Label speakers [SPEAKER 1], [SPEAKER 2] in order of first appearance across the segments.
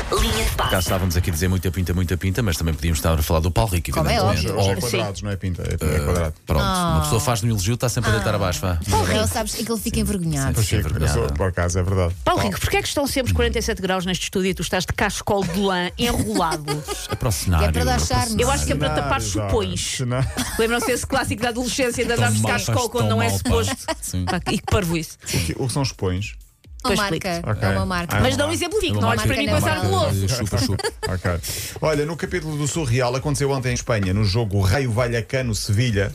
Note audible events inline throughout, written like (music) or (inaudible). [SPEAKER 1] Cá
[SPEAKER 2] passa.
[SPEAKER 1] estávamos aqui a dizer muita pinta, muita pinta, mas também podíamos estar a falar do Paulo Rico,
[SPEAKER 2] Como é
[SPEAKER 1] evidentemente.
[SPEAKER 2] óbvio.
[SPEAKER 3] Hoje é
[SPEAKER 2] Sim. Ah,
[SPEAKER 3] quadrados, não é pinta, é, é quadrado.
[SPEAKER 1] Pronto, uma pessoa faz no elogio, está sempre a deitar abaixo, vá.
[SPEAKER 4] Paulo Rico, sabes É que ele fica envergonhado.
[SPEAKER 1] Sim, sim,
[SPEAKER 3] Chico, eu sou,
[SPEAKER 1] envergonhado.
[SPEAKER 3] por acaso, é verdade.
[SPEAKER 2] ah. Paulo Rico, porquê é que estão sempre 47 graus neste estúdio e tu estás de cascol de lã enrolado?
[SPEAKER 1] É para o cenário.
[SPEAKER 4] É para dar
[SPEAKER 1] o
[SPEAKER 4] charme.
[SPEAKER 1] cenário.
[SPEAKER 2] Eu acho que é
[SPEAKER 3] Ah,
[SPEAKER 2] para tapar
[SPEAKER 3] Cenários, ora,
[SPEAKER 2] chupões.
[SPEAKER 3] cenários.
[SPEAKER 2] Lembram-se esse clássico da adolescência de
[SPEAKER 1] Tão
[SPEAKER 2] andarmos de
[SPEAKER 1] mal,
[SPEAKER 2] cascol
[SPEAKER 1] faz
[SPEAKER 2] quando
[SPEAKER 1] tão
[SPEAKER 2] não é
[SPEAKER 1] mal,
[SPEAKER 2] suposto.
[SPEAKER 1] pá. Sim.
[SPEAKER 2] Pá, E que parvo isso.
[SPEAKER 3] O que- (laughs) O que são chupões?
[SPEAKER 4] Uma
[SPEAKER 2] Pois
[SPEAKER 4] marca.
[SPEAKER 3] Ok.
[SPEAKER 4] É uma marca.
[SPEAKER 3] Ah,
[SPEAKER 2] Mas dá um exemplo rico, não olhes para mim
[SPEAKER 4] marca,
[SPEAKER 2] passar um
[SPEAKER 4] não.
[SPEAKER 2] louco.
[SPEAKER 1] Chupa, chupa.
[SPEAKER 3] Ok. Olha, no capítulo do Surreal, aconteceu ontem em Espanha, no jogo Raio Vallecano-Sevilha.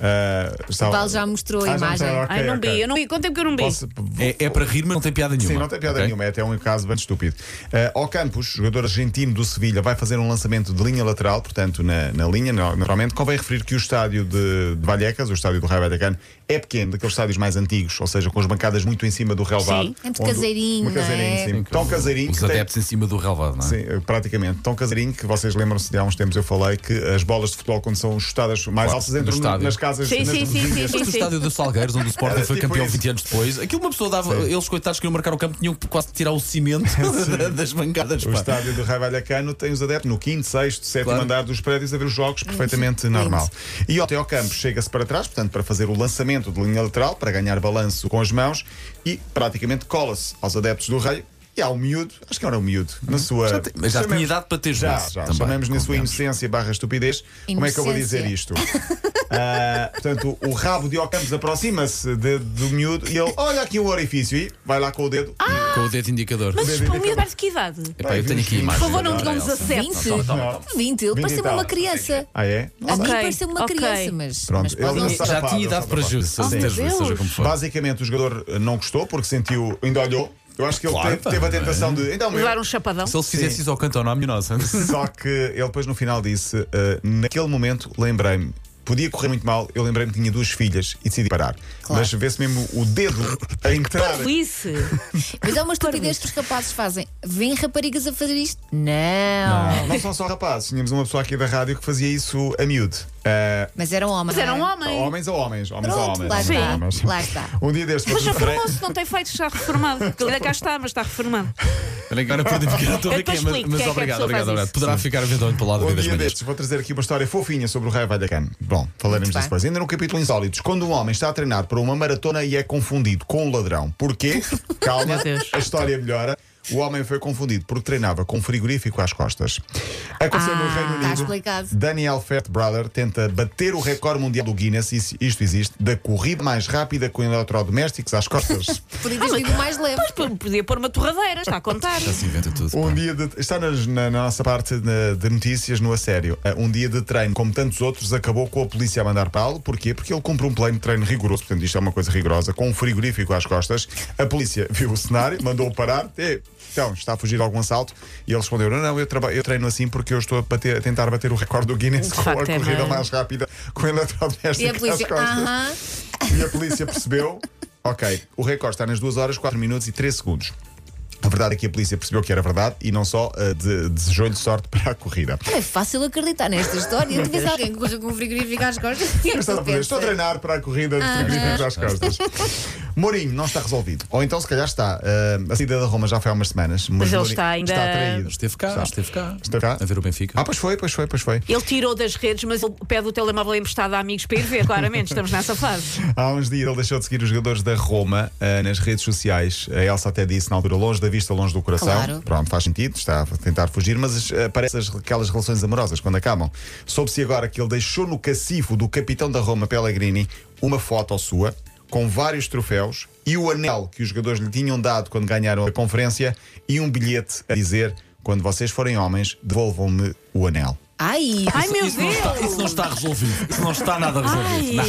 [SPEAKER 3] ah,
[SPEAKER 4] O
[SPEAKER 3] estava-
[SPEAKER 4] Paulo já mostrou a
[SPEAKER 3] Ah, já
[SPEAKER 4] imagem.
[SPEAKER 3] mostrou, ok,
[SPEAKER 2] Ai, não
[SPEAKER 3] ok.
[SPEAKER 2] vi, eu não vi. Quanto tempo que eu não vi?
[SPEAKER 3] Posso-
[SPEAKER 1] É, é para rir, mas não tem piada nenhuma.
[SPEAKER 3] Sim, não tem piada
[SPEAKER 1] ok?
[SPEAKER 3] nenhuma, é até um caso bem estúpido. Eh, Ao Campos, jogador argentino do Sevilha, vai fazer um lançamento de linha lateral, portanto, na, na linha, no- naturalmente. Convém referir que o estádio de, de Vallecas, o estádio do Real Vallecano, é pequeno, daqueles estádios mais antigos, ou seja, com as bancadas muito em cima do relvado.
[SPEAKER 2] Sim,
[SPEAKER 4] é muito
[SPEAKER 3] onde-
[SPEAKER 4] caseirinho,
[SPEAKER 3] Uma
[SPEAKER 4] não é?
[SPEAKER 3] caseirinho, sim. Tão caseirinho
[SPEAKER 1] Os
[SPEAKER 3] que tem-
[SPEAKER 1] adeptos em cima do relvado, não é?
[SPEAKER 3] Sim, eh, praticamente. Tão caseirinho que vocês lembram-se de há uns tempos eu falei que as bolas de futebol, quando são chutadas
[SPEAKER 1] Claro,
[SPEAKER 3] mais altas,
[SPEAKER 1] no
[SPEAKER 3] entram no-
[SPEAKER 1] estádio.
[SPEAKER 3] nas casas.
[SPEAKER 2] Sim,
[SPEAKER 3] nas
[SPEAKER 2] sim, sim,
[SPEAKER 3] vizinhas.
[SPEAKER 2] sim,
[SPEAKER 1] No
[SPEAKER 2] sim.
[SPEAKER 1] estádio dos Salgueiros, onde o
[SPEAKER 3] (laughs)
[SPEAKER 1] Sporting
[SPEAKER 3] Era
[SPEAKER 1] foi
[SPEAKER 3] tipo
[SPEAKER 1] campeão
[SPEAKER 3] isso.
[SPEAKER 1] 20 anos depois, aquilo uma pessoa dava. Eles, coitados, que iam marcar o campo, tinham que quase tirar o
[SPEAKER 3] (laughs)
[SPEAKER 1] cimento (laughs) das bancadas.
[SPEAKER 3] O
[SPEAKER 1] pá.
[SPEAKER 3] estádio do Rai Vallecano tem os adeptos no quinto, sexto, sétimo
[SPEAKER 1] Claro.
[SPEAKER 3] andar dos prédios a ver os jogos perfeitamente normal. E ontem ao campo chega-se para trás, portanto, para fazer o lançamento de linha lateral, para ganhar balanço com as mãos e praticamente cola-se aos adeptos do Rei. E há o miúdo, acho que era o miúdo, na sua.
[SPEAKER 1] Uhum. Já tem- mas já
[SPEAKER 3] chamemos-
[SPEAKER 1] tinha idade para ter
[SPEAKER 3] Já,
[SPEAKER 1] juízo
[SPEAKER 3] já.
[SPEAKER 1] também,
[SPEAKER 3] chamamos na sua
[SPEAKER 1] convenhamos.
[SPEAKER 3] inocência barra estupidez. Como é que eu vou dizer isto? Ah, portanto, o rabo de Ocampos aproxima-se de- do miúdo e ele olha aqui o orifício e vai lá com o dedo.
[SPEAKER 1] Com o dedo indicador.
[SPEAKER 2] Mas para mim, parece que idade.
[SPEAKER 1] Epá, eu tenho aqui a imagem.
[SPEAKER 2] Por favor, não digam
[SPEAKER 1] Elsa.
[SPEAKER 2] 17.
[SPEAKER 4] 20?
[SPEAKER 3] toma, toma.
[SPEAKER 4] 20? Ele
[SPEAKER 3] Vinte e
[SPEAKER 4] pareceu
[SPEAKER 3] tal.
[SPEAKER 4] uma criança.
[SPEAKER 3] Ah, é?
[SPEAKER 4] A mim
[SPEAKER 2] Ok,
[SPEAKER 4] pareceu uma
[SPEAKER 2] ok.
[SPEAKER 4] criança, mas.
[SPEAKER 3] Pronto,
[SPEAKER 4] mas
[SPEAKER 3] ele
[SPEAKER 4] pode não
[SPEAKER 3] não
[SPEAKER 4] ser.
[SPEAKER 1] Já
[SPEAKER 3] Safado,
[SPEAKER 1] tinha idade para
[SPEAKER 3] safado.
[SPEAKER 1] juízo,
[SPEAKER 2] Oh,
[SPEAKER 1] se
[SPEAKER 2] meu
[SPEAKER 1] juízo, seja
[SPEAKER 2] Deus.
[SPEAKER 1] como for.
[SPEAKER 3] Basicamente, o jogador eh, não gostou porque sentiu. ainda olhou. Eu acho que ele
[SPEAKER 1] Claro,
[SPEAKER 3] te- teve a
[SPEAKER 1] pá, é?
[SPEAKER 3] tentação de. Então, meu.
[SPEAKER 2] Levar um chapadão.
[SPEAKER 1] Se ele fizesse isso ao canto, não há a menor nossa.
[SPEAKER 3] Só que ele depois no final disse: eh, naquele momento lembrei-me. Podia correr muito mal, eu lembrei-me que tinha duas filhas e decidi parar. Mas vê-se mesmo o dedo a entrar.
[SPEAKER 2] Isso.
[SPEAKER 4] Mas é uma estupidez que os rapazes fazem. Vêm raparigas a fazer isto? Não.
[SPEAKER 3] Ah, Não são só rapazes, tínhamos uma pessoa aqui da rádio que fazia isso a miúdo. Eh,
[SPEAKER 4] Mas era um homem.
[SPEAKER 2] Mas era um
[SPEAKER 4] não é?
[SPEAKER 2] homem.
[SPEAKER 3] homens a homens, homens a
[SPEAKER 4] Pronto,
[SPEAKER 3] homens.
[SPEAKER 4] lá
[SPEAKER 3] homens a
[SPEAKER 2] está,
[SPEAKER 3] homens.
[SPEAKER 4] lá está.
[SPEAKER 3] Um dia
[SPEAKER 1] é
[SPEAKER 3] destes
[SPEAKER 2] Mas já
[SPEAKER 3] encontrei-
[SPEAKER 2] formou-se, não tem feito, está reformado. Ele ainda cá está, mas está reformado.
[SPEAKER 1] Agora perdi porque eu estou
[SPEAKER 2] Eu
[SPEAKER 1] aqui,
[SPEAKER 2] depois
[SPEAKER 1] mas,
[SPEAKER 2] explico
[SPEAKER 1] mas
[SPEAKER 2] porque é que a
[SPEAKER 1] obrigado,
[SPEAKER 2] pessoa
[SPEAKER 1] obrigado,
[SPEAKER 2] faz
[SPEAKER 1] obrigado.
[SPEAKER 2] isso.
[SPEAKER 1] Poderá ficar eventualmente para o lado
[SPEAKER 3] Um
[SPEAKER 1] da das
[SPEAKER 3] dia
[SPEAKER 1] manhãs.
[SPEAKER 3] destes, vou trazer aqui uma história fofinha sobre o Raio Vallecano. Bom, falaremos
[SPEAKER 4] Muito bem.
[SPEAKER 3] disso depois. Ainda no capítulo Insólitos, quando um homem está a treinar para uma maratona e é confundido com um ladrão. Porquê? Calma,
[SPEAKER 2] Meu Deus.
[SPEAKER 3] a história melhora. O homem foi confundido porque treinava com um frigorífico às costas. Aconteceu é no
[SPEAKER 2] Ah,
[SPEAKER 3] Reino
[SPEAKER 4] Está
[SPEAKER 3] Unido.
[SPEAKER 4] tá explicado.
[SPEAKER 3] Daniel Fatbrother tenta bater o recorde mundial do Guinness, isso- isto existe, da corrida mais rápida com eletrodomésticos às costas.
[SPEAKER 4] Podia
[SPEAKER 2] Ah,
[SPEAKER 4] ter lido mais leve.
[SPEAKER 2] P- Podia pôr uma torradeira, está a contar.
[SPEAKER 1] Já se inventa tudo.
[SPEAKER 3] Um
[SPEAKER 1] pá.
[SPEAKER 3] dia de, está nas- na, na nossa parte na- de notícias no assédio. Eh, Um dia de treino, como tantos outros, acabou com a polícia a mandar para lo Porquê? Porque ele cumpre um plano de treino rigoroso, portanto, isto é uma coisa rigorosa, com um frigorífico às costas. A polícia (laughs) viu o cenário, mandou-o parar. Eh, então, está a fugir de algum assalto? E ele respondeu: Não, não, eu, traba- eu treino assim porque eu estou a, bater- a tentar bater o recorde
[SPEAKER 4] (laughs)
[SPEAKER 3] do Guinness
[SPEAKER 2] De
[SPEAKER 3] com a
[SPEAKER 2] facto, é
[SPEAKER 3] corrida
[SPEAKER 2] mal.
[SPEAKER 3] mais rápida com eletrodoméstico
[SPEAKER 4] E a polícia.
[SPEAKER 3] às costas.
[SPEAKER 4] Aham.
[SPEAKER 3] E a polícia percebeu. Ok, o recorde está nas 2 horas, 4 minutos e 3 segundos. A verdade é que a polícia percebeu que era verdade e não só eh, de- desejou-lhe sorte para
[SPEAKER 2] (laughs)
[SPEAKER 3] a corrida.
[SPEAKER 4] É fácil acreditar nesta história. Talvez alguém corra com um frigorífico às costas. O que é que
[SPEAKER 3] Estou
[SPEAKER 4] tu
[SPEAKER 3] a, fazer, estou a
[SPEAKER 4] pensas?
[SPEAKER 3] treinar para a corrida de frigoríficos às costas. Mourinho não está resolvido. Ou então, se calhar, está. Eh, a saída da Roma já foi há umas semanas. Mas,
[SPEAKER 2] ele
[SPEAKER 3] Mourinho
[SPEAKER 2] está ainda-
[SPEAKER 3] Está traído.
[SPEAKER 1] Esteve cá,
[SPEAKER 3] Está.
[SPEAKER 1] esteve cá.
[SPEAKER 3] Esteve cá?
[SPEAKER 1] A ver o Benfica.
[SPEAKER 3] Ah, pois foi, pois foi, pois foi.
[SPEAKER 2] Ele tirou das redes, mas ele pede o telemóvel emprestado a amigos para ir ver, claramente, estamos nessa fase.
[SPEAKER 3] Há uns dias ele deixou de seguir os jogadores da Roma ah, nas redes sociais. A Elsa até disse na altura, longe da vista, longe do coração.
[SPEAKER 4] Claro.
[SPEAKER 3] Pronto, faz sentido, está a tentar fugir, mas ah, parece as- aquelas relações amorosas quando acabam. Soube-se agora que ele deixou no cacifo do capitão da Roma, Pellegrini, uma foto sua com vários troféus e o anel que os jogadores lhe tinham dado quando ganharam a conferência e um bilhete a dizer: quando vocês forem homens, devolvam-me o anel.
[SPEAKER 4] Ai,
[SPEAKER 2] Ai, meu
[SPEAKER 1] isso, não está,
[SPEAKER 2] Deus!
[SPEAKER 1] isso não está resolvido. Isso não está nada resolvido. Não.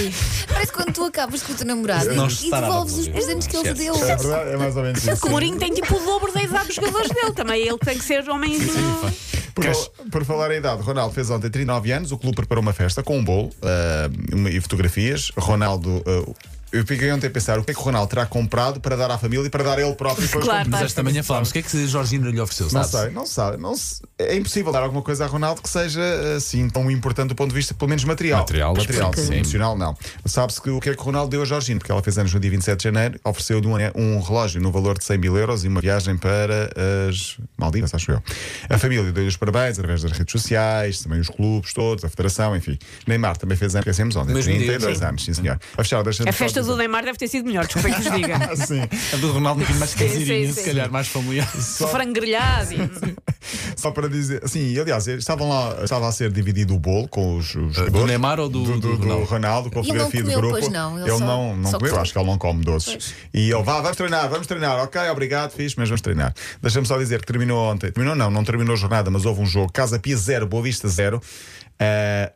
[SPEAKER 4] parece quando tu acabas com o teu namorado
[SPEAKER 1] Não
[SPEAKER 4] e, e
[SPEAKER 1] está nada
[SPEAKER 4] devolves os
[SPEAKER 1] bonito.
[SPEAKER 4] presentes que ele te deu.
[SPEAKER 3] verdade, é mais ou menos
[SPEAKER 2] O Mourinho tem tipo o dobro da idade dos jogadores dele, também ele tem que ser homenzinho.
[SPEAKER 3] Por, por falar em idade, Ronaldo fez ontem 39 anos, o clube preparou uma festa com um bolo ah, uma- e fotografias. Ronaldo. ah, eu fiquei ontem a pensar o que é que o Ronaldo terá comprado para dar à família e para dar a ele próprio. depois
[SPEAKER 2] Claro,
[SPEAKER 3] como-
[SPEAKER 1] Mas esta manhã falámos. O que é que Jorginho lhe ofereceu?
[SPEAKER 3] Não
[SPEAKER 1] sabes?
[SPEAKER 3] sei, não sabe. Não se- é impossível dar alguma coisa a Ronaldo que seja assim tão importante do ponto de vista, pelo menos material.
[SPEAKER 1] Material,
[SPEAKER 3] material
[SPEAKER 1] porque-
[SPEAKER 3] sim.
[SPEAKER 1] sim.
[SPEAKER 3] Emocional, não. Sabe-se que o que é que o Ronaldo deu a Jorginho, porque ela fez anos no dia 27 de janeiro, ofereceu-lhe um, um relógio no valor de 100 mil euros e uma viagem para as Maldivas, acho eu. A família deu-lhe os parabéns através das redes sociais, também os clubes todos, a federação, enfim. Neymar também fez anos, esquecemos ontem,
[SPEAKER 1] Mesmo dia,
[SPEAKER 3] 32
[SPEAKER 1] sim.
[SPEAKER 3] anos, sim senhor. A fechar, deixa
[SPEAKER 5] A festa do Neymar deve ter sido melhor, desculpa que vos diga.
[SPEAKER 3] Ah, sim.
[SPEAKER 1] A do Ronaldo um bocadinho mais caseirinha,
[SPEAKER 5] sim,
[SPEAKER 1] se
[SPEAKER 5] sim.
[SPEAKER 1] calhar, mais familiar.
[SPEAKER 5] Se frango grelhado e-
[SPEAKER 3] Só para dizer, sim, e, aliás, estavam lá, estava a ser dividido o bolo com os, os jogadores.
[SPEAKER 1] Neymar ou do-
[SPEAKER 3] do,
[SPEAKER 1] do
[SPEAKER 3] Ronaldo.
[SPEAKER 1] Ronaldo?
[SPEAKER 3] com a
[SPEAKER 4] Ele não
[SPEAKER 3] fotografia do
[SPEAKER 4] comeu,
[SPEAKER 3] grupo?
[SPEAKER 4] pois não,
[SPEAKER 3] Ele,
[SPEAKER 4] ele só-
[SPEAKER 3] não, não
[SPEAKER 4] só
[SPEAKER 3] comeu,
[SPEAKER 4] comeu.
[SPEAKER 3] acho que ele não come doces.
[SPEAKER 4] Pois.
[SPEAKER 3] E ele, vá, vamos treinar, vamos treinar, ok, obrigado, fiz, mas vamos treinar. Deixa-me só dizer que terminou ontem, terminou não, não terminou a jornada, mas houve um jogo, Casa Pia 0, Boa Vista 0.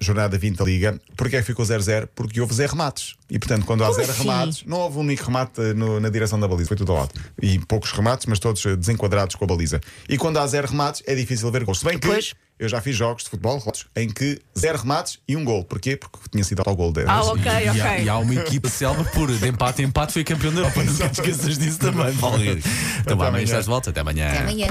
[SPEAKER 3] jornada 20 da Liga, porque é que ficou 0-0? Porque houve 0 remates. E portanto, quando há 0
[SPEAKER 2] assim?
[SPEAKER 3] remates, não houve um único remate eh, no- na direção da baliza, foi tudo ao lado. E poucos remates, mas todos eh, desenquadrados com a baliza. E quando há 0 remates, é difícil ver gols. Se bem que
[SPEAKER 2] Pois.
[SPEAKER 3] eu já fiz jogos de futebol relatos, em que 0 remates e um gol. Porquê? Porque tinha sido ao gol 10.
[SPEAKER 5] Ah, ok,
[SPEAKER 1] e, Há, e
[SPEAKER 5] ok.
[SPEAKER 1] há uma equipa selva por de empate a empate foi campeão da Europa. Não te esqueças disso também, Paulo Rico. Então, vá, amanhã
[SPEAKER 3] amanhã.
[SPEAKER 1] estás de volta. Até amanhã.
[SPEAKER 4] Até amanhã.